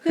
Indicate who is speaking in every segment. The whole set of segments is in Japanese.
Speaker 1: 夫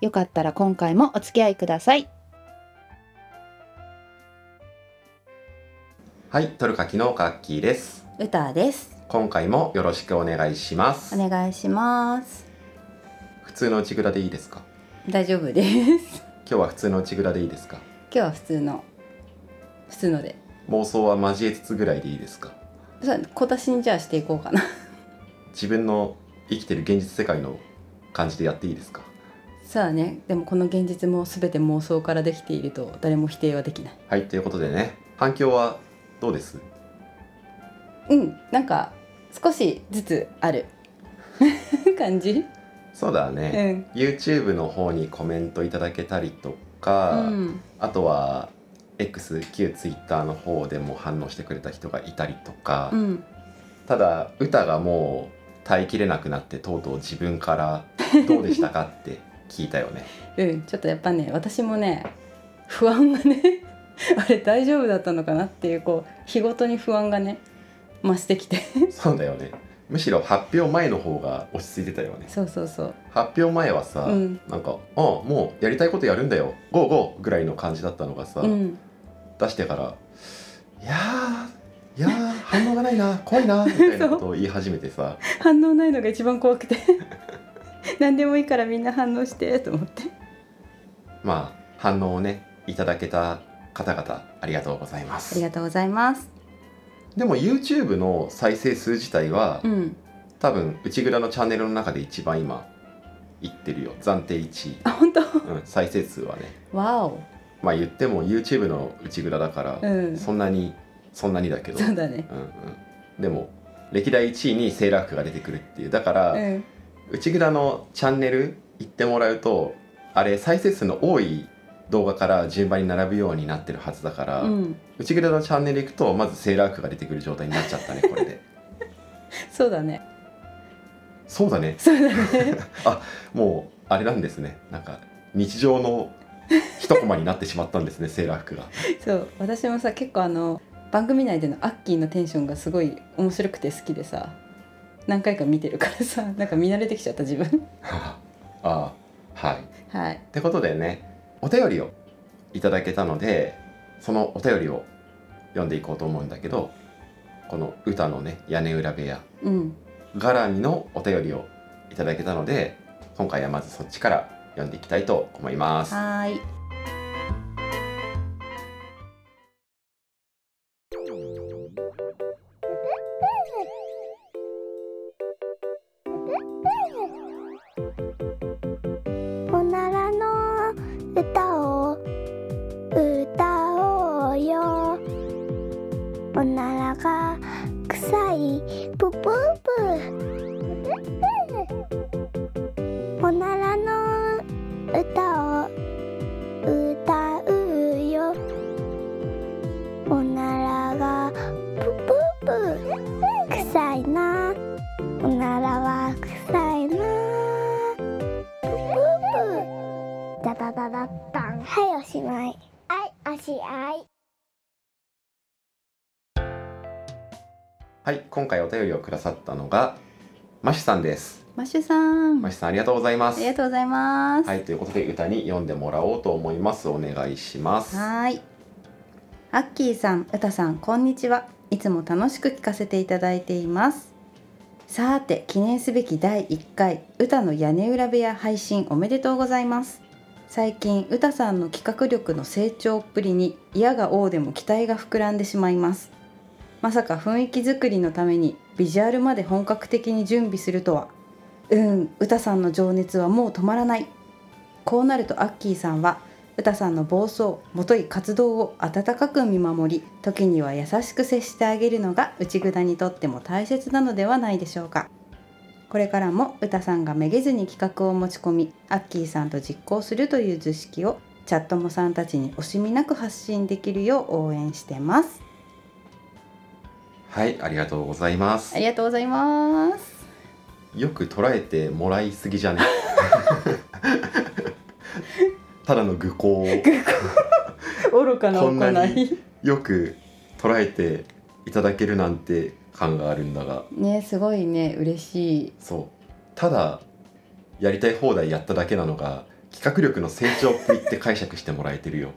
Speaker 2: よかったら今回もお付き合いください
Speaker 3: はいトルカキのアッキーです
Speaker 2: 歌です
Speaker 3: 今回もよろしくお願いします、
Speaker 2: お願いします
Speaker 3: 普通の内蔵でいいですか
Speaker 2: 大丈夫です
Speaker 3: 今日は普通の内蔵でいいですか
Speaker 2: 今日は普通の普通ので
Speaker 3: 妄想は交えつつぐらいでいいですか
Speaker 2: さ今年にじゃあしていこうかな
Speaker 3: 自分の生きてる現実世界の感じでやっていいですか
Speaker 2: さあねでもこの現実も全て妄想からできていると誰も否定はできない
Speaker 3: はいということでね反響はどうです
Speaker 2: うんなんか少しずつある 感じ
Speaker 3: そうだ
Speaker 2: う
Speaker 3: ね、
Speaker 2: ん
Speaker 3: YouTube の方にコメントいただけたりとか、
Speaker 2: うん
Speaker 3: あとは X 旧 Twitter の方でも反応してくれた人がいたりとか、
Speaker 2: うん
Speaker 3: ただ歌がもう耐えきれなくなってとうとう自分から「どうでしたか?」って聞いたよ ね。
Speaker 2: うん、ちょっとやっぱね私もね不安がね あれ大丈夫だったのかなっていうこう日ごとに不安がね増してきて
Speaker 3: そうだよねむしろ発表前の方が落ち着いてたよね。
Speaker 2: そうそうそう
Speaker 3: 発表前はさ、
Speaker 2: うん
Speaker 3: なんか「ああもうやりたいことやるんだよゴーゴー!」ぐらいの感じだったのがさ、
Speaker 2: うん
Speaker 3: 出してから「いやーいやー反応がな いな怖いな」みたいなことを言い始めてさ
Speaker 2: 反応ないのが一番怖くて 何でもいいからみんな反応してと思って
Speaker 3: まあ反応をねいただけた方々ありがとうございま
Speaker 2: あり
Speaker 3: す
Speaker 2: がとうございます
Speaker 3: でも YouTube の再生数自体は、
Speaker 2: うん
Speaker 3: 多分内蔵のチャンネルの中で一番今いってるよ暫定1
Speaker 2: あ本当
Speaker 3: 位、うん、再生数はね
Speaker 2: わお
Speaker 3: まあ言っても YouTube の内蔵だから、
Speaker 2: うんそ
Speaker 3: そんなにそんなにだけど、
Speaker 2: うだね
Speaker 3: うんうん、でも歴代1位にセーラー服が出てくるっていうだから、
Speaker 2: うん
Speaker 3: 内蔵のチャンネル行ってもらうとあれ再生数の多い動画から順番に並ぶようになってるはずだから、
Speaker 2: うん
Speaker 3: 内蔵のチャンネル行くとまずセーラー服が出てくる状態になっちゃったねこれで
Speaker 2: そうだね
Speaker 3: そうだね
Speaker 2: そうだ ね
Speaker 3: もうあれなんですねなんか日常の一コマになってしまったんですねセーラー服が
Speaker 2: そう私もさ結構あの番組内でのアッキーのテンションがすごい面白くて好きでさ何回か見てるからさ なんか見慣れてきちゃった自分
Speaker 3: ああはい
Speaker 2: はい
Speaker 3: ってことでねお便りをいただけたのでそのお便りを読んでいこうと思うんだけどこの歌のね屋根裏部屋
Speaker 2: うん
Speaker 3: 絡みのお便りをいただけたので今回はまずそっちから読んでいきたいと思います
Speaker 2: はーい
Speaker 4: おならの歌を歌おうよおならが臭いプププおならの歌を歌うよおならがプププ臭いなおならは臭いなダダダダッタンはいおしまいはいおしまい
Speaker 3: はい今回お便りをくださったのがマシュさんです
Speaker 2: マッシュさん
Speaker 3: マ
Speaker 2: あ
Speaker 3: シュさんありがとうございます
Speaker 2: りがとうございます
Speaker 3: はい、ということで歌に読んでもらおうと思います。お願いします。あ
Speaker 2: はーいアッキーさん、うたさん、こんにちは。いつも楽しく聞かせていただいています。さて、記念すべき第1回うたの屋根裏部屋配信おめでとうございます。最近うたさんの企画力の成長っぷりに嫌が王でも期待が膨らんでしまいます。まさか雰囲気作りのためにビジュアルまで本格的に準備するとは。うん、うたさんの情熱はもう止まらない。こうなるとアッキーさんは歌さんの暴走もとい活動を温かく見守り時には優しく接してあげるのが内蔵にとっても大切なのではないでしょうかこれからも歌さんがめげずに企画を持ち込みアッキーさんと実行するという図式をチャットモさんたちに惜しみなく発信できるよう応援してます
Speaker 3: はいありがとうございます
Speaker 2: ありがとうございます
Speaker 3: よく捉えてもらいすぎじゃねただの愚行を
Speaker 2: 愚かな
Speaker 3: こんな
Speaker 2: 行い
Speaker 3: によく捉えていただけるなんて感があるんだが
Speaker 2: ねすごいね嬉しい
Speaker 3: そうただやりたい放題やっただけなのが企画力の成長っぷりって解釈してもらえてるよ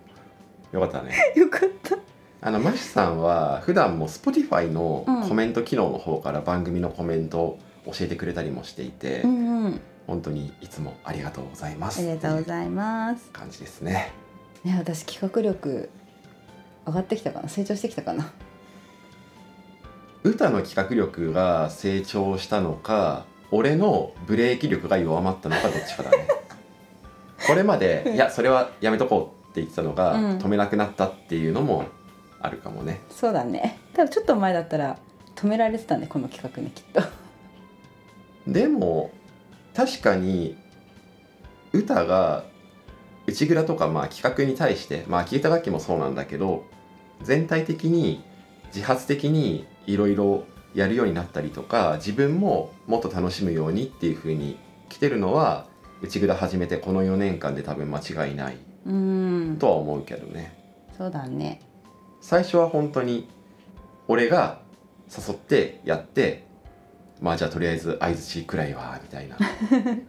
Speaker 3: よかったね
Speaker 2: よかった
Speaker 3: あのマシさんは普段も Spotify の
Speaker 2: うん
Speaker 3: コメント機能の方から番組のコメントを教えてくれたりもしていて、
Speaker 2: うんうん
Speaker 3: 本当にいつもありがとうございま
Speaker 2: あ
Speaker 3: す
Speaker 2: りがとうご
Speaker 3: い
Speaker 2: ざいます
Speaker 3: 感じですね
Speaker 2: ね私企画力上がってきたかな成長してきたかな
Speaker 3: 歌の企画力が成長したのか俺のブレーキ力が弱まったのかどっちかだ ねこれまでいやそれはやめとこうって言ってたのが、
Speaker 2: うん
Speaker 3: 止めなくなったっていうのもあるかもね
Speaker 2: そうだね多分ちょっと前だったら止められてたねこの企画ねきっと
Speaker 3: でも確かに歌が内蔵とかまあ企画に対してまあ聞いた楽器もそうなんだけど全体的に自発的にいろいろやるようになったりとか自分ももっと楽しむようにっていう風に来てるのは内蔵始めてこの4年間で多分間違いないう
Speaker 2: ーん
Speaker 3: とは思うけどね
Speaker 2: そうだね
Speaker 3: 最初は本当に俺が誘ってやってまあじゃあとりあえず相づちくらいはみた いな、うん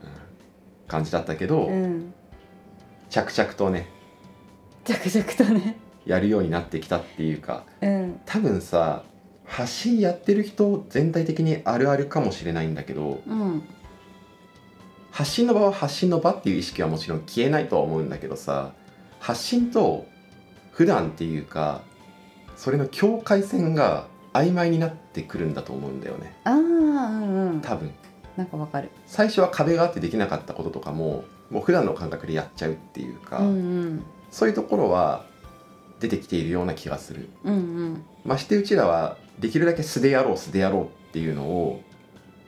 Speaker 3: 感じだったけど、
Speaker 2: うん
Speaker 3: 着々とね
Speaker 2: 着々とね
Speaker 3: やるようになってきたっていうか
Speaker 2: うん
Speaker 3: 多分さ発信やってる人全体的にあるあるかもしれないんだけど
Speaker 2: うん
Speaker 3: 発信の場は発信の場っていう意識はもちろん消えないとは思うんだけどさ発信と普段っていうかそれの境界線が曖昧になってくるんだと思うんだよね
Speaker 2: ああうんうん
Speaker 3: 多分
Speaker 2: なんかわかる
Speaker 3: 最初は壁があってできなかったこととかももう普段の感覚でやっちゃうっていうか、
Speaker 2: うんうん
Speaker 3: そういうところは出てきているような気がする
Speaker 2: うんうん
Speaker 3: ましてうちらはできるだけ素でやろう素でやろうっていうのを、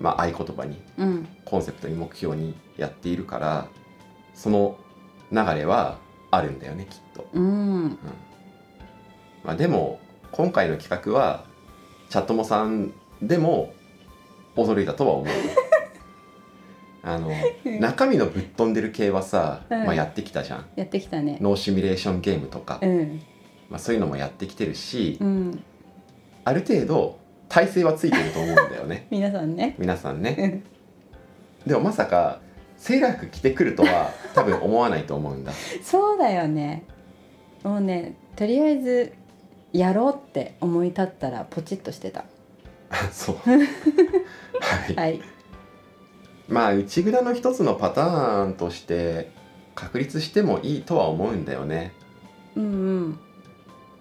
Speaker 3: まあ、合言葉に
Speaker 2: うん
Speaker 3: コンセプトに目標にやっているからその流れはあるんだよねきっと、
Speaker 2: うん
Speaker 3: まあ、でも今回の企画はチャットモさんでも驚いたとは思う あの中身のぶっ飛んでる系はさ、
Speaker 2: うん
Speaker 3: まあ、やってきたじゃん
Speaker 2: やってきたね
Speaker 3: 脳シミュレーションゲームとか、
Speaker 2: うん
Speaker 3: まあ、そういうのもやってきてるし、
Speaker 2: うん
Speaker 3: ある程度体勢はついてると思うんだよね
Speaker 2: 皆さんね
Speaker 3: 皆さん
Speaker 2: う
Speaker 3: ね
Speaker 2: ん
Speaker 3: でもまさかセーラー服着てくるとは多分思わないと思うんだ
Speaker 2: そうだよねもうねとりあえずやろうって思い立ったらポチッとしてた
Speaker 3: あそう はい、
Speaker 2: はい
Speaker 3: まあ内蔵の一つのパターンとして確立してもいいとは思うんだよね
Speaker 2: うんうん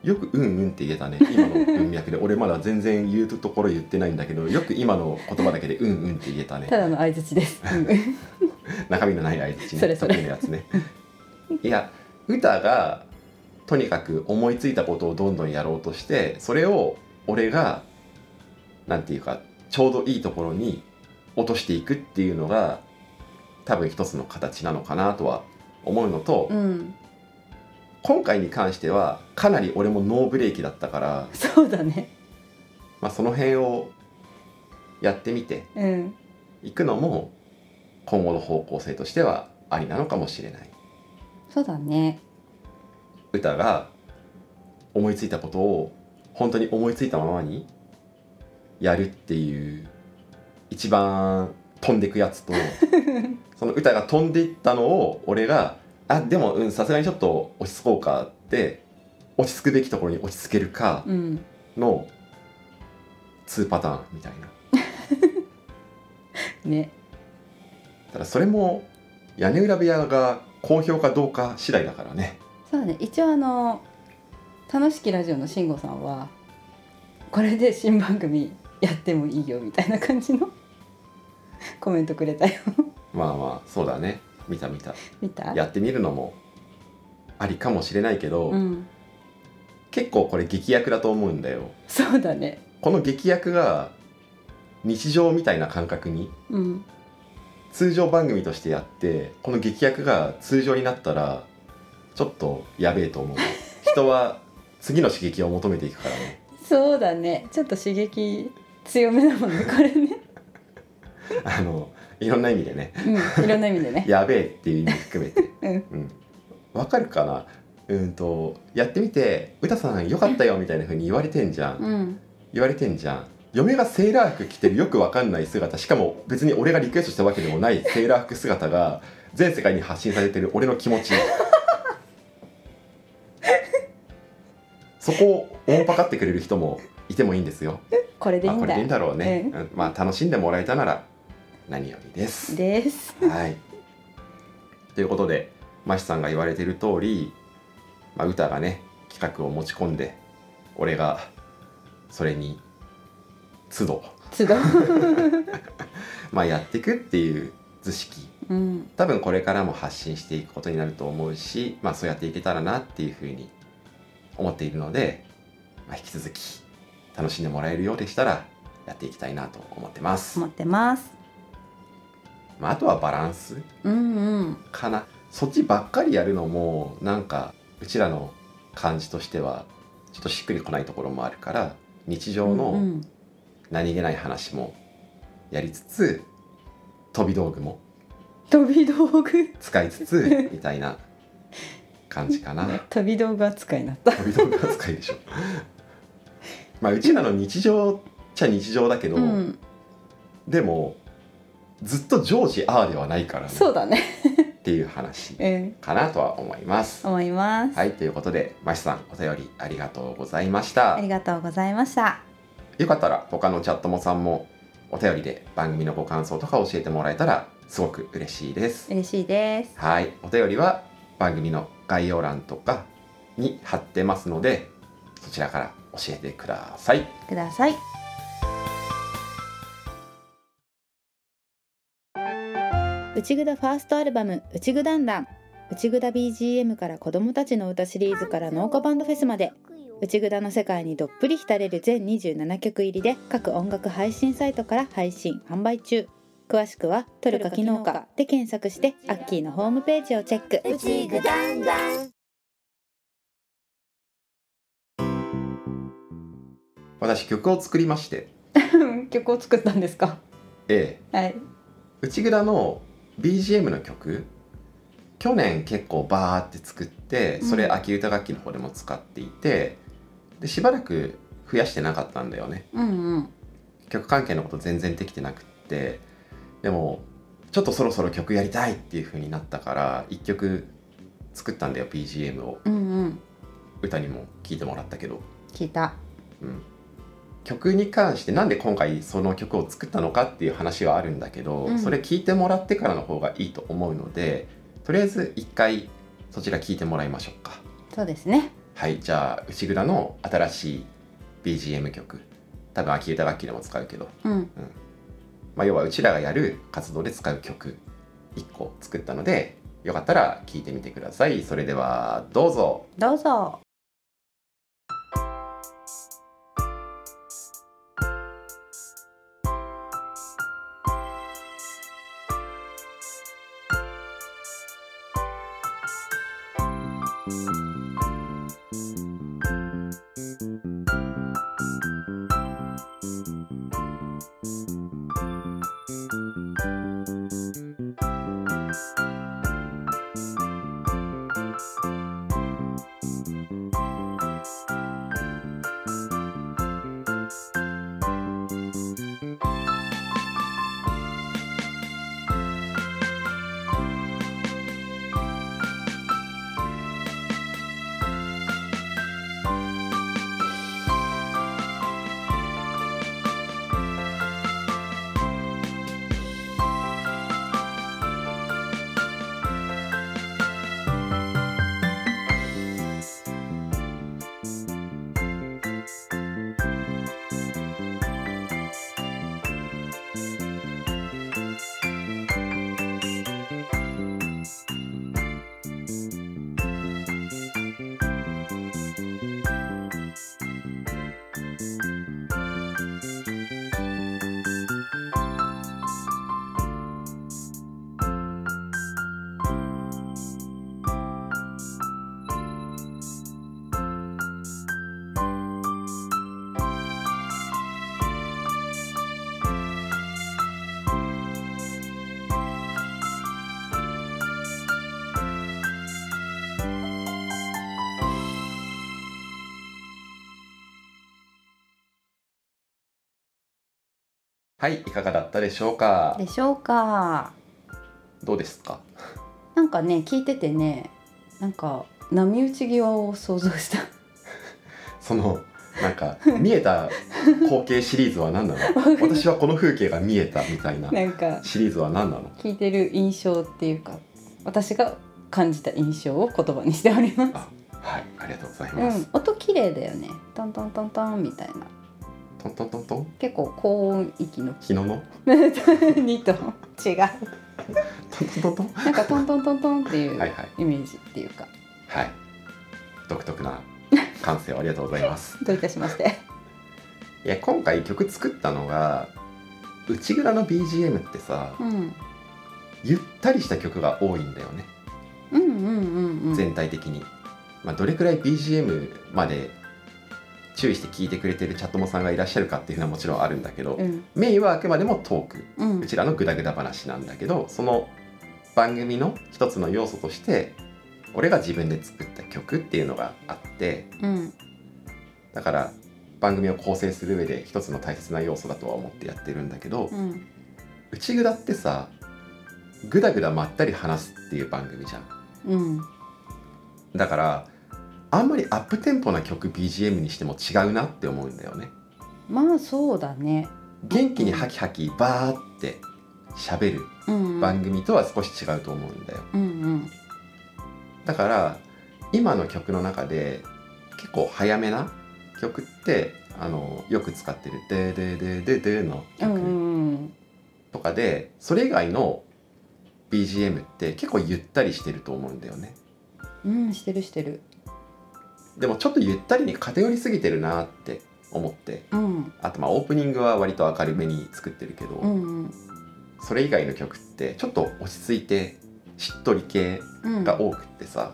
Speaker 3: よく「うんうん」って言えたね今の文脈で俺まだ全然言うところ言ってないんだけどよく今の言葉だけで「うんうん」って言えたね
Speaker 2: ただの相槌 ですうん
Speaker 3: 中身のない相槌ね
Speaker 2: それそれ
Speaker 3: 得意なやつねいや歌がとにかく思いついたことをどんどんやろうとしてそれを俺がなんていうかちょうどいいところに落としていくっていうのが多分一つの形なのかなとは思うのと、
Speaker 2: うん
Speaker 3: 今回に関してはかなり俺もノーブレーキだったから、
Speaker 2: そうだね
Speaker 3: まあ、その辺をやってみて
Speaker 2: うん
Speaker 3: いくのも今後の方向性としてはありなのかもしれない。
Speaker 2: そうだね
Speaker 3: 歌が思いついたことを本当に思いついたままにやるっていう一番飛んでくやつとその歌が飛んでいったのを俺が「あでもうんさすがにちょっと落ち着こうか」って落ち着くべきところに落ち着けるか
Speaker 2: うん
Speaker 3: の2パターンみたいな
Speaker 2: ね
Speaker 3: ただそれも屋根裏部屋が好評かどうか次第だからね
Speaker 2: そうだね一応あの楽しきラジオの慎吾さんはこれで新番組やってもいいよみたいな感じの コメントくれたよ
Speaker 3: まあまあそうだね見た見た
Speaker 2: 見た
Speaker 3: やってみるのもありかもしれないけど、
Speaker 2: うん
Speaker 3: 結構これ劇薬だと思うんだよ
Speaker 2: そうだね
Speaker 3: この劇薬が日常みたいな感覚に
Speaker 2: うん
Speaker 3: 通常番組としてやってこの劇薬が通常になったらちょっとやべえと 思う人は次の刺激を求めていくからね
Speaker 2: そうだねちょっと刺激強めだもんねこれ ね、
Speaker 3: あのいろんな意味でね
Speaker 2: うん、いろんな意味でね
Speaker 3: やべえっていう意味含めて
Speaker 2: うん
Speaker 3: うんわ、かるかなうんとやってみて「歌さんよかったよ」みたいな風に言われてんじゃん、
Speaker 2: うん
Speaker 3: 言われてんじゃん嫁がセーラー服着てるよくわかんない姿しかも別に俺がリクエストしたわけでもないセーラー服姿が全世界に発信されてる俺の気 持ちそこをおんぱかってくれる人もいてもいいんですよ
Speaker 2: これでいい
Speaker 3: あ
Speaker 2: ん
Speaker 3: こ
Speaker 2: だ
Speaker 3: れでいいんだろうね、
Speaker 2: う
Speaker 3: うんまあ楽しんでもらえたなら何よりです
Speaker 2: です
Speaker 3: はい。ということで、マシさんが言われている通り、まあ、歌がね、企画を持ち込んで、俺が、それに、都度、
Speaker 2: 都度
Speaker 3: まあ、やっていくっていう図式。
Speaker 2: うん
Speaker 3: 多分これからも発信していくことになると思うし、まあ、そうやっていけたらなっていうふうに思っているので、まあ、引き続き、楽しんでもらえるようでしたら、やっていきたいなと思ってます。
Speaker 2: 思ってます
Speaker 3: まあ、あとはバランス。
Speaker 2: うんうん
Speaker 3: かなそっちばっかりやるのもなんかうちらの感じとしてはちょっとしっくりこないところもあるから日常
Speaker 2: う
Speaker 3: の
Speaker 2: ん
Speaker 3: 何気ない話もやりつつ飛び道具も
Speaker 2: 飛び道具
Speaker 3: 使いつつみたいな感じかな
Speaker 2: 飛び道具扱いになった
Speaker 3: 飛び道具扱いでしょ まあうちらの日常っちゃ日常だけど、
Speaker 2: うん
Speaker 3: でもずっと常時ああではないからね
Speaker 2: そうだね
Speaker 3: っていう話
Speaker 2: うん
Speaker 3: かなとは思います
Speaker 2: 思います、
Speaker 3: はい、ということで、ましさん、お便りありがとうございまし
Speaker 2: あ
Speaker 3: た
Speaker 2: り。がとうございました
Speaker 3: よかったら、他のチャットもさんも、お便りで番組のご感想とか教えてもらえたら、すごく嬉しいです。
Speaker 2: 嬉しいです
Speaker 3: はい、お便りは番組の概要欄とかに貼ってますので、そちらから教えてください。
Speaker 2: ください内ぐだファーストアルバム「内ぐだんだん」内ぐだ BGM から子どもたちの歌シリーズから農家バンドフェスまで内ぐだの世界にどっぷり浸れる全27曲入りで各音楽配信サイトから配信販売中詳しくは「トルカ機能かで検索してアッキーのホームページをチェック
Speaker 4: うちぐだんだん
Speaker 3: 私、曲を作りまして、
Speaker 2: 曲を作ったんですか
Speaker 3: ええ、
Speaker 2: はい
Speaker 3: 内蔵の BGM の曲、去年結構バーって作って、それ秋歌楽器の方でも使っていて、で、しばらく増やしてなかったんだよね。
Speaker 2: うんうん
Speaker 3: 曲関係のこと全然できてなくってでもちょっとそろそろ曲やりたいっていう風になったから1曲作ったんだよ BGM を
Speaker 2: うんうん
Speaker 3: 歌にも聴いてもらったけど、
Speaker 2: 聞いた
Speaker 3: うん、曲に関してなんで今回その曲を作ったのかっていう話はあるんだけど、
Speaker 2: うん
Speaker 3: それ聴いてもらってからの方がいいと思うのでとりあえず1回そちら聴いてもらいましょうか
Speaker 2: そうですね
Speaker 3: はいじゃあ内蔵の新しい BGM 曲多分秋歌楽器でも使うけど
Speaker 2: うん
Speaker 3: まあ、要はうちらがやる活動で使う曲1個作ったのでよかったら聴いてみてくださいそれではどうぞ
Speaker 2: どうぞ
Speaker 3: はいいかがだったでしょうか
Speaker 2: でしょうか
Speaker 3: どうですか
Speaker 2: なんかね聞いててねなんか波打ち際を想像 した
Speaker 3: そのなんか見えた光景シリーズは何な の
Speaker 2: かんない
Speaker 3: 私はこの風景が見えたみたいな
Speaker 2: なんか
Speaker 3: シリーズは何なの
Speaker 2: 聞いてる印象っていうか私が感じた印象を言葉にしております
Speaker 3: はいありがとうございうます、
Speaker 2: ん音綺麗だよねトントントントンみたいな
Speaker 3: トントントントン
Speaker 2: 結構高音域 の
Speaker 3: 昨日の
Speaker 2: 2と違う
Speaker 3: トントントントン
Speaker 2: なんかトントントントンってい
Speaker 3: はいうはい
Speaker 2: イメージっていうか
Speaker 3: はい独特な感性をありがとうご ざいます
Speaker 2: どういたしまして
Speaker 3: いや今回曲作ったのが内蔵の BGM ってさ
Speaker 2: うん
Speaker 3: ゆったりした曲が多いんだよね
Speaker 2: うんうんうんうん
Speaker 3: 全体的に、まあ、どれくらい BGM まで注意して聞いてくれてるチャットモさんがいらっしゃるかっていうのはもちろんあるんだけど、
Speaker 2: うん
Speaker 3: メインはあくまでもトーク
Speaker 2: うん
Speaker 3: うちらのグダグダ話なんだけどその番組の一つの要素として俺が自分で作った曲っていうのがあって
Speaker 2: うん
Speaker 3: だから番組を構成する上で一つの大切な要素だとは思ってやってるんだけど、
Speaker 2: うん
Speaker 3: 内グダってさグダグダまったり話すっていう番組じゃん
Speaker 2: うん
Speaker 3: だからあんまりアップテンポな曲 BGM にしても違うなって思うんだよね
Speaker 2: まあそうだね
Speaker 3: 元気にハキハキバーって喋る
Speaker 2: うんう
Speaker 3: 番
Speaker 2: ん
Speaker 3: 組とは少し違うと思うんだよ
Speaker 2: うん
Speaker 3: だから今の曲の中で結構早めな曲ってあのよく使ってる「ででででで」の
Speaker 2: うんう
Speaker 3: 曲
Speaker 2: んうん
Speaker 3: とかでそれ以外の BGM って結構ゆったりしてると思うんだよね
Speaker 2: うんしてるしてる
Speaker 3: でもちょっとゆったりに偏りすぎてるなって思って
Speaker 2: うん
Speaker 3: あとまあオープニングは割と明るめに作ってるけど、
Speaker 2: うん
Speaker 3: それ以外の曲ってちょっと落ち着いてしっとり系
Speaker 2: うん
Speaker 3: が多くってさ、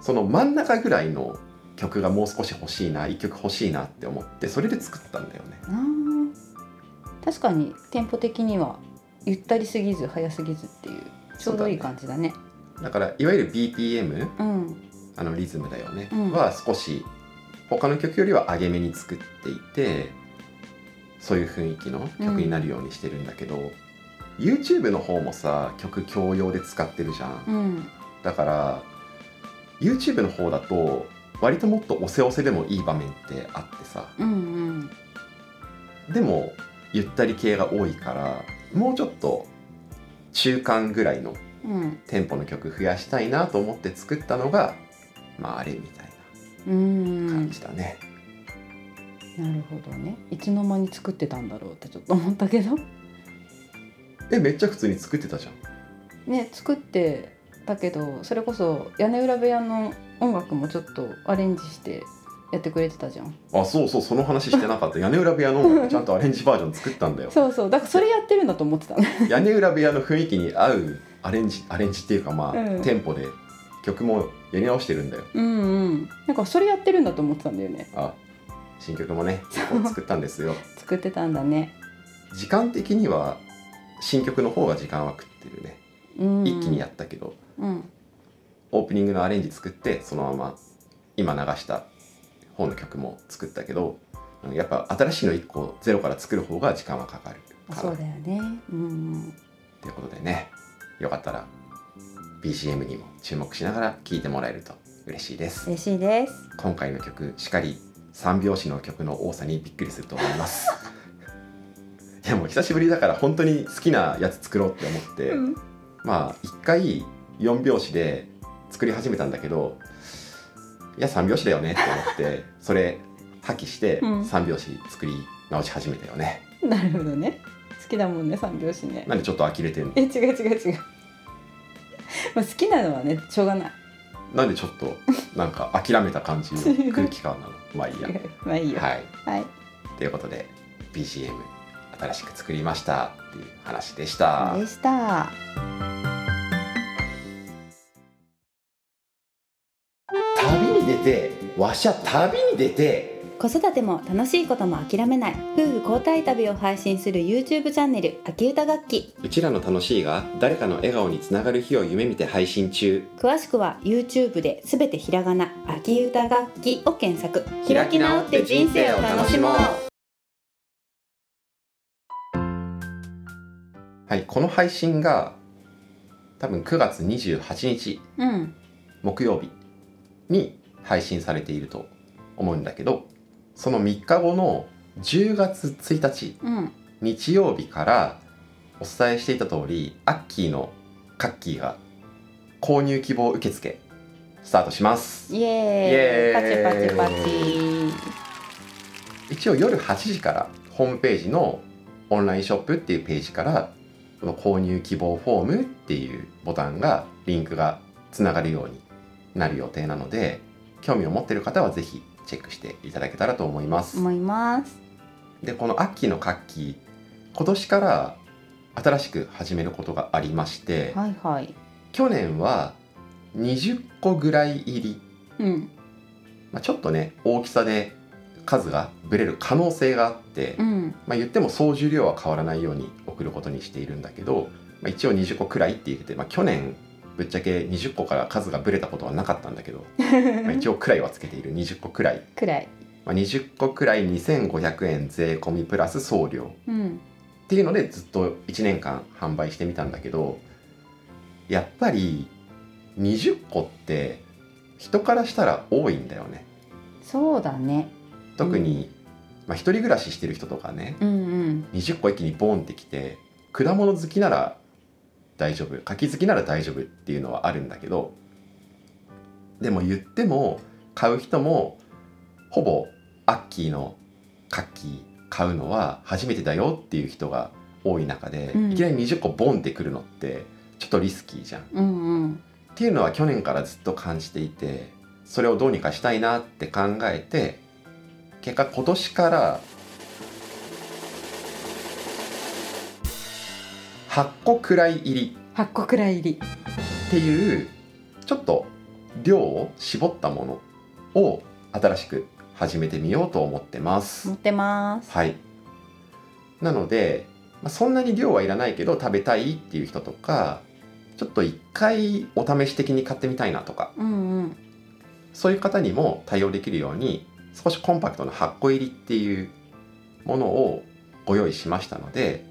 Speaker 3: その真ん中ぐらいの曲がもう少し欲しいな1曲欲しいなって思ってそれで作ったんだよね
Speaker 2: なあ確かにテンポ的にはゆったりすぎず早すぎずっていうちょうどいい感じだね
Speaker 3: だからいわゆる BPM
Speaker 2: うん
Speaker 3: あのリズムだよね、
Speaker 2: うん
Speaker 3: は少し他の曲よりは上げ目に作っていてそういう雰囲気の曲になるようにしてるんだけど、YouTube の方もさ曲共用で使ってるじゃん、
Speaker 2: うん
Speaker 3: だから YouTube の方だと割ともっと押せ押せでもいい場面ってあってさ
Speaker 2: うんうん
Speaker 3: でもゆったり系が多いからもうちょっと中間ぐらいの
Speaker 2: うん
Speaker 3: テンポの曲増やしたいなと思って作ったのがまああれみたい
Speaker 2: うん
Speaker 3: な感じだね、
Speaker 2: なるほどねいつの間に作ってたんだろうってちょっと思ったけど
Speaker 3: えめっちゃ普通に作ってたじゃん
Speaker 2: ね作ってたけどそれこそ屋根裏部屋の音楽もちょっとアレンジしてやってくれてたじゃん
Speaker 3: あそうそうその話してなかった 屋根裏部屋のちゃんとアレンジバージョン作ったんだよ
Speaker 2: そうそうだからそれやってるんだと思ってたね
Speaker 3: 屋根裏部屋の雰囲気に合うアレンジアレンジっていうかまあ、
Speaker 2: うん
Speaker 3: テンポで曲もやり直してるんだよ
Speaker 2: うんうんなんかそれやってるんだと思ってたんだよね
Speaker 3: あ新曲もね作ったんですよ
Speaker 2: 作ってたんだね
Speaker 3: 時間的には新曲の方が時間は食ってるね
Speaker 2: うん
Speaker 3: 一気にやったけど、
Speaker 2: うん
Speaker 3: オープニングのアレンジ作ってそのまま今流した方の曲も作ったけどうんやっぱ新しいの1個ゼロから作る方が時間はかかるか
Speaker 2: そ
Speaker 3: な
Speaker 2: う
Speaker 3: っ
Speaker 2: だよねうん
Speaker 3: ていうことでねよかったら BGM にも注目しながら聴いてもらえると嬉しいです
Speaker 2: 嬉しいです
Speaker 3: 今回の曲しかり三拍子の曲の多さにびっくりすると思います いやもう久しぶりだから本当に好きなやつ作ろうって思って、
Speaker 2: うん
Speaker 3: まあ一回四拍子で作り始めたんだけどいや三拍子だよねって思 ってそれ破棄して
Speaker 2: うん
Speaker 3: 三拍子作り直し始めたよね、
Speaker 2: なるほどね好きだもんね三拍子ね
Speaker 3: なんでちょっと呆れてんの
Speaker 2: え違う違う違う まあ好きなのはねしょうがない
Speaker 3: なんでちょっとなんか諦めた感じの空気感なの まあいいや
Speaker 2: まあいいよ
Speaker 3: はい
Speaker 2: はい
Speaker 3: ということで BGM 新しく作りましたっていう話でした。
Speaker 2: でした。
Speaker 3: 旅に出てわしゃ旅に出て
Speaker 2: 子育ても楽しいことも諦めない夫婦交代旅を配信する YouTube チャンネル秋歌楽器
Speaker 3: うちらの楽しいが誰かの笑顔につながる日を夢見て配信中
Speaker 2: 詳しくは YouTube で全てひらがな秋歌楽器を検索
Speaker 3: 開き直って人生を楽しもうはい、この配信が多分9月28日
Speaker 2: うん
Speaker 3: 木曜日に配信されていると思うんだけどその3日後の10月1日
Speaker 2: うん
Speaker 3: 日曜日からお伝えしていた通りアッキーのカッキーが購入希望受付スタートします
Speaker 2: イエーイ
Speaker 3: イエーイ
Speaker 2: パチパチパチ
Speaker 3: 一応夜8時からホームページのオンラインショップっていうページからこの購入希望フォームっていうボタンがリンクがつながるようになる予定なので興味を持っている方はぜひチェックしていただけたらと思います
Speaker 2: 思います
Speaker 3: でこの秋の活気今年から新しく始めることがありまして、
Speaker 2: はいはい
Speaker 3: 去年は20個ぐらい入り、
Speaker 2: うん
Speaker 3: まあ、ちょっとね大きさで数がぶれる可能性があって、
Speaker 2: うん
Speaker 3: まあ、言っても総重量は変わらないように送ることにしているんだけど、まあ、一応20個くらいって言ってて、まあ、去年ぶっちゃけ20個から数がぶれたことはなかったんだけど、まあ、一応くらいはつけている20個くらい、
Speaker 2: くらい
Speaker 3: まあ、20個くらい2500円税込みプラス送料
Speaker 2: うん
Speaker 3: っていうのでずっと1年間販売してみたんだけどやっぱり20個って人からしたら多いんだよね
Speaker 2: そうだね
Speaker 3: 特に、まあ、一人暮らししてる人とかね
Speaker 2: うんうん
Speaker 3: 20個一気にボンってきて果物好きなら大丈夫柿好きなら大丈夫っていうのはあるんだけどでも言っても買う人もほぼアッキーの柿買うのは初めてだよっていう人が多い中で、
Speaker 2: うん
Speaker 3: いきなり20個ボンってくるのってちょっとリスキーじゃん。っ
Speaker 2: うんうん
Speaker 3: ていうのは去年からずっと感じていてそれをどうにかしたいなって考えて結果今年から8個くらい入り
Speaker 2: 8個くらい入り
Speaker 3: っていうちょっと量を絞ったものを新しく始めてみようと思ってます。
Speaker 2: 持ってます
Speaker 3: はい、なので、まあ、そんなに量はいらないけど食べたいっていう人とかちょっと一回お試し的に買ってみたいなとか
Speaker 2: うんうん
Speaker 3: そういう方にも対応できるように少しコンパクトな8個入りっていうものをご用意しましたので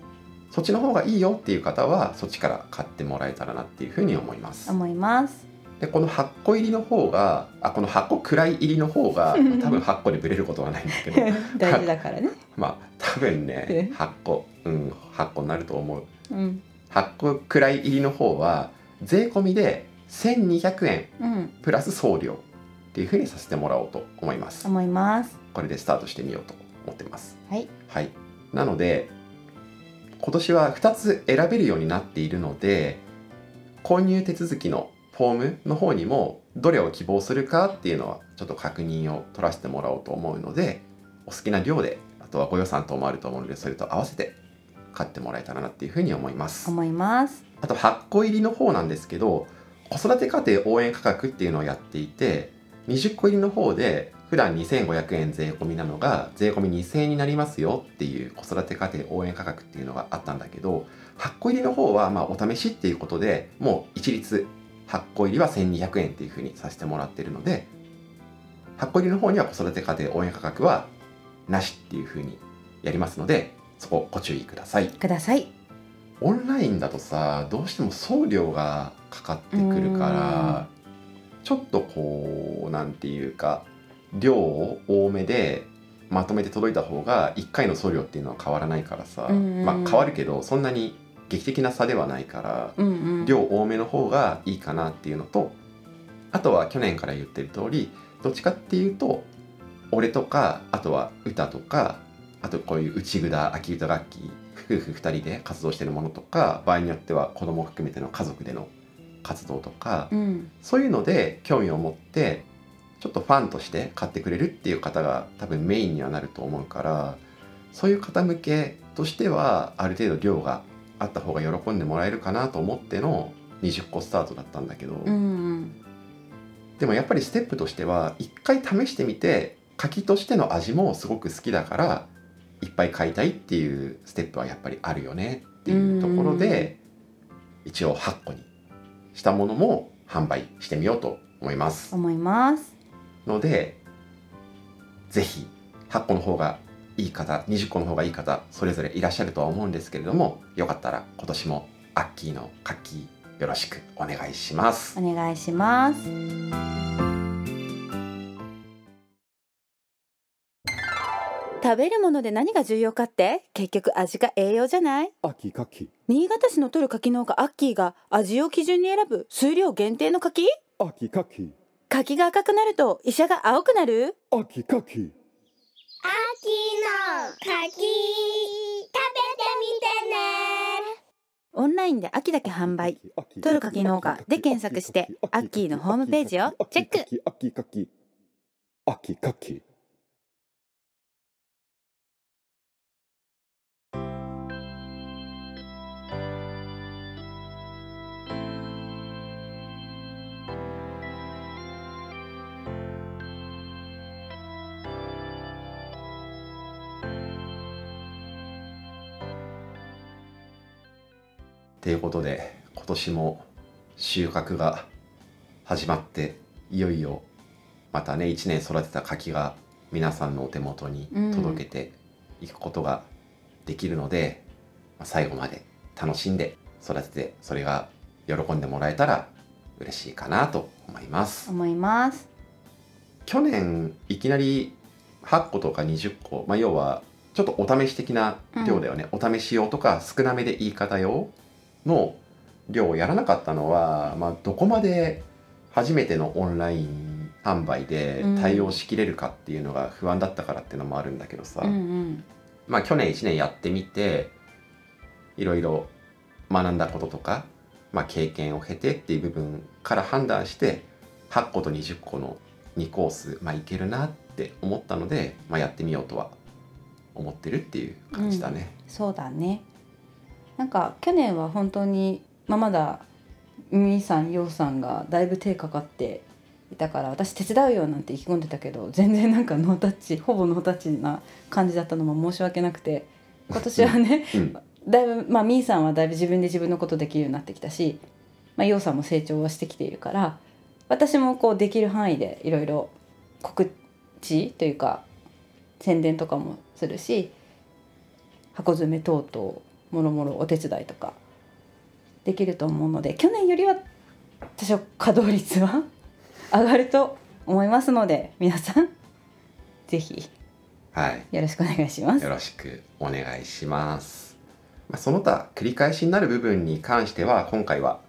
Speaker 3: そっちの方がいいよっていう方はそっちから買ってもらえたらなっていうふうに思います。
Speaker 2: 思い ます
Speaker 3: でこの8個入りの方があこの8個くらい入りの方がまあ多分8個でブレることはないんだ けど
Speaker 2: 大事だからね
Speaker 3: まあ多分ね
Speaker 2: え
Speaker 3: 8個うん8個になると思う
Speaker 2: うん
Speaker 3: 8個くらい入りの方は税込みで1200円
Speaker 2: うん
Speaker 3: プラス送料っていうふうにさせてもらおうと思います
Speaker 2: 思います
Speaker 3: これでスタートしてみようと思ってます
Speaker 2: はい
Speaker 3: はいなので今年は2つ選べるようになっているので購入手続きのフォームの方にもどれを希望するかっていうのはちょっと確認を取らせてもらおうと思うのでお好きな量であとはご予算等もあると思うのでそれと合わせて買ってもらえたらなっていうふうに思います
Speaker 2: 思います
Speaker 3: あと8個入りの方なんですけど子育て家庭応援価格っていうのをやっていて20個入りの方で普段2500円税込みなのが税込み2000円になりますよっていう子育て家庭応援価格っていうのがあったんだけど8個入りの方はまあお試しっていうことでもう一律8個入りは1200円っていうふうにさせてもらってるので8個入りの方には子育て家庭応援価格はなしっていうふうにやりますのでそこご注意ください。
Speaker 2: ください
Speaker 3: オンラインだとさどうしても送料がかかってくるからちょっとこうなんていうか量を多めでまとめて届いた方が1回の送料っていうのは変わらないからさ、
Speaker 2: うんうん
Speaker 3: まあ変わるけどそんなに劇的な差ではないから
Speaker 2: うんうん
Speaker 3: 量多めの方がいいかなっていうのとあとは去年から言ってる通りどっちかっていうと俺とかあとは歌とかあとこういう内札秋歌楽器夫婦2人で活動してるものとか場合によっては子供を含めての家族での活動とか、
Speaker 2: うん
Speaker 3: そういうので興味を持ってちょっとファンとして買ってくれるっていう方が多分メインにはなると思うからそういう方向けとしてはある程度量があった方が喜んでもらえるかなと思っての20個スタートだったんだけど、
Speaker 2: うんうん
Speaker 3: でもやっぱりステップとしては一回試してみて柿としての味もすごく好きだからいっぱい買いたいっていうステップはやっぱりあるよねっていうところで一応8個にしたものも販売してみようと思います。
Speaker 2: 思います
Speaker 3: のでぜひ8個の方がいい方20個の方がいい方それぞれいらっしゃるとは思うんですけれどもよかったら今年もアッキーのカッキーよろしくお願いします。
Speaker 2: お願いします食べるもので何が重要かって結局味か栄養じゃない
Speaker 5: 秋かき
Speaker 2: 新潟市の取る柿農家アッキーが味を基準に選ぶ数量限定の柿
Speaker 5: 秋かき
Speaker 2: 柿が赤くなると医者が青くなる
Speaker 5: 秋かき
Speaker 4: の柿食べてみてね
Speaker 2: オンラインで秋だけ販売トルカキ農家で検索してアッキーのホームページをチェック
Speaker 5: 秋かき秋かき
Speaker 3: ということで今年も収穫が始まっていよいよまたね1年育てた柿が皆さんのお手元に届けていくことができるので、まあ最後まで楽しんで育ててそれが喜んでもらえたら嬉しいかなと思います。
Speaker 2: 思います
Speaker 3: 去年いきなり8個とか20個、まあ、要はちょっとお試し的な量だよね、お試し用とか少なめで言い方用の量をやらなかったのは、まあ、どこまで初めてのオンライン販売で
Speaker 2: うん
Speaker 3: 対応しきれるかっていうのが不安だったからっていうのもあるんだけどさ、
Speaker 2: うんうん
Speaker 3: まあ、去年1年やってみていろいろ学んだこととか、まあ、経験を経てっていう部分から判断して8個と20個の2コース、まあ、いけるなって思ったので、まあ、やってみようとは思ってるっていう感じだね。
Speaker 2: そうだねなんか去年は本当に、まあ、まだみーさんようさんがだいぶ手かかっていたから私手伝うよなんて意気込んでたけど全然なんかノータッチほぼノータッチな感じだったのも申し訳なくて今年はね
Speaker 3: うん
Speaker 2: だいぶまあみーさんはだいぶ自分で自分のことできるようになってきたし、まあ、ようさんも成長はしてきているから私もこうできる範囲でいろいろ告知というか宣伝とかもするし箱詰め等々もろもろお手伝いとかできると思うので去年よりは図書稼働率は 上がると思いますので皆さんぜひ
Speaker 3: はい
Speaker 2: よろしくお願いします
Speaker 3: よ。ろしくお願いします。まあ、その他繰り返しになる部分に関しては今回は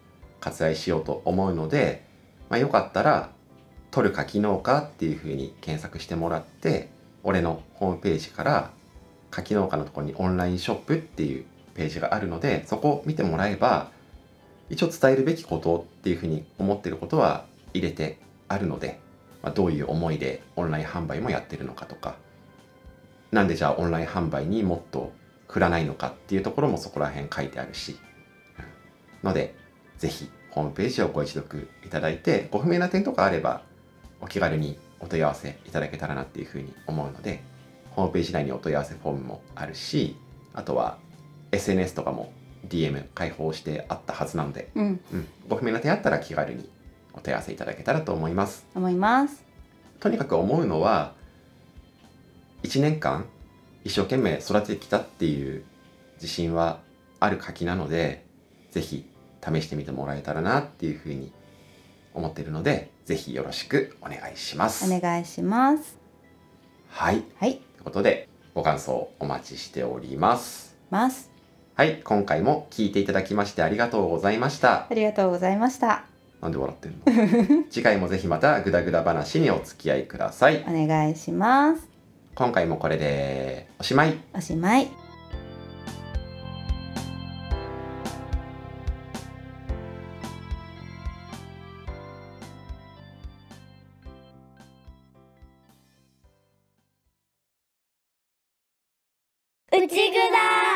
Speaker 3: 割愛しようと思うので、まあ、よかったら「取るか機能か」っていうふうに検索してもらって俺のホームページから「柿農家」のところにオンラインショップっていうページがあるのでそこを見てもらえば一応伝えるべきことっていうふうに思ってることは入れてあるので、まあ、どういう思いでオンライン販売もやってるのかとかなんでじゃあオンライン販売にもっと振らないのかっていうところもそこら辺書いてあるし。ので、ぜひホームページをご一読いただいて、ご不明な点とかあれば、お気軽にお問い合わせいただけたらなっていうふうに思うので、ホームページ内にお問い合わせフォームもあるし、あとは SNS とかも DM 開放してあったはずなので、
Speaker 2: うん、
Speaker 3: うん、ご不明な点あったら気軽にお問い合わせいただけたらと思います。
Speaker 2: 思います。
Speaker 3: とにかく思うのは1年間一生懸命育ててきたっていう自信はある柿なのでぜひ試してみてもらえたらなっていうふうに思っているのでぜひよろしくお願いします。
Speaker 2: お願いします。
Speaker 3: はい
Speaker 2: はい、
Speaker 3: ということでご感想お待ちしております。
Speaker 2: ます。
Speaker 3: はい今回も聞いていただきましてありがとうございました
Speaker 2: あ。りがとうございました。
Speaker 3: なんで笑ってん の次回もぜひまたグダグダ話にお付き合いください
Speaker 2: お。願いします。
Speaker 3: 今回もこれでおしまい。
Speaker 2: おしまい。
Speaker 4: うちぐだ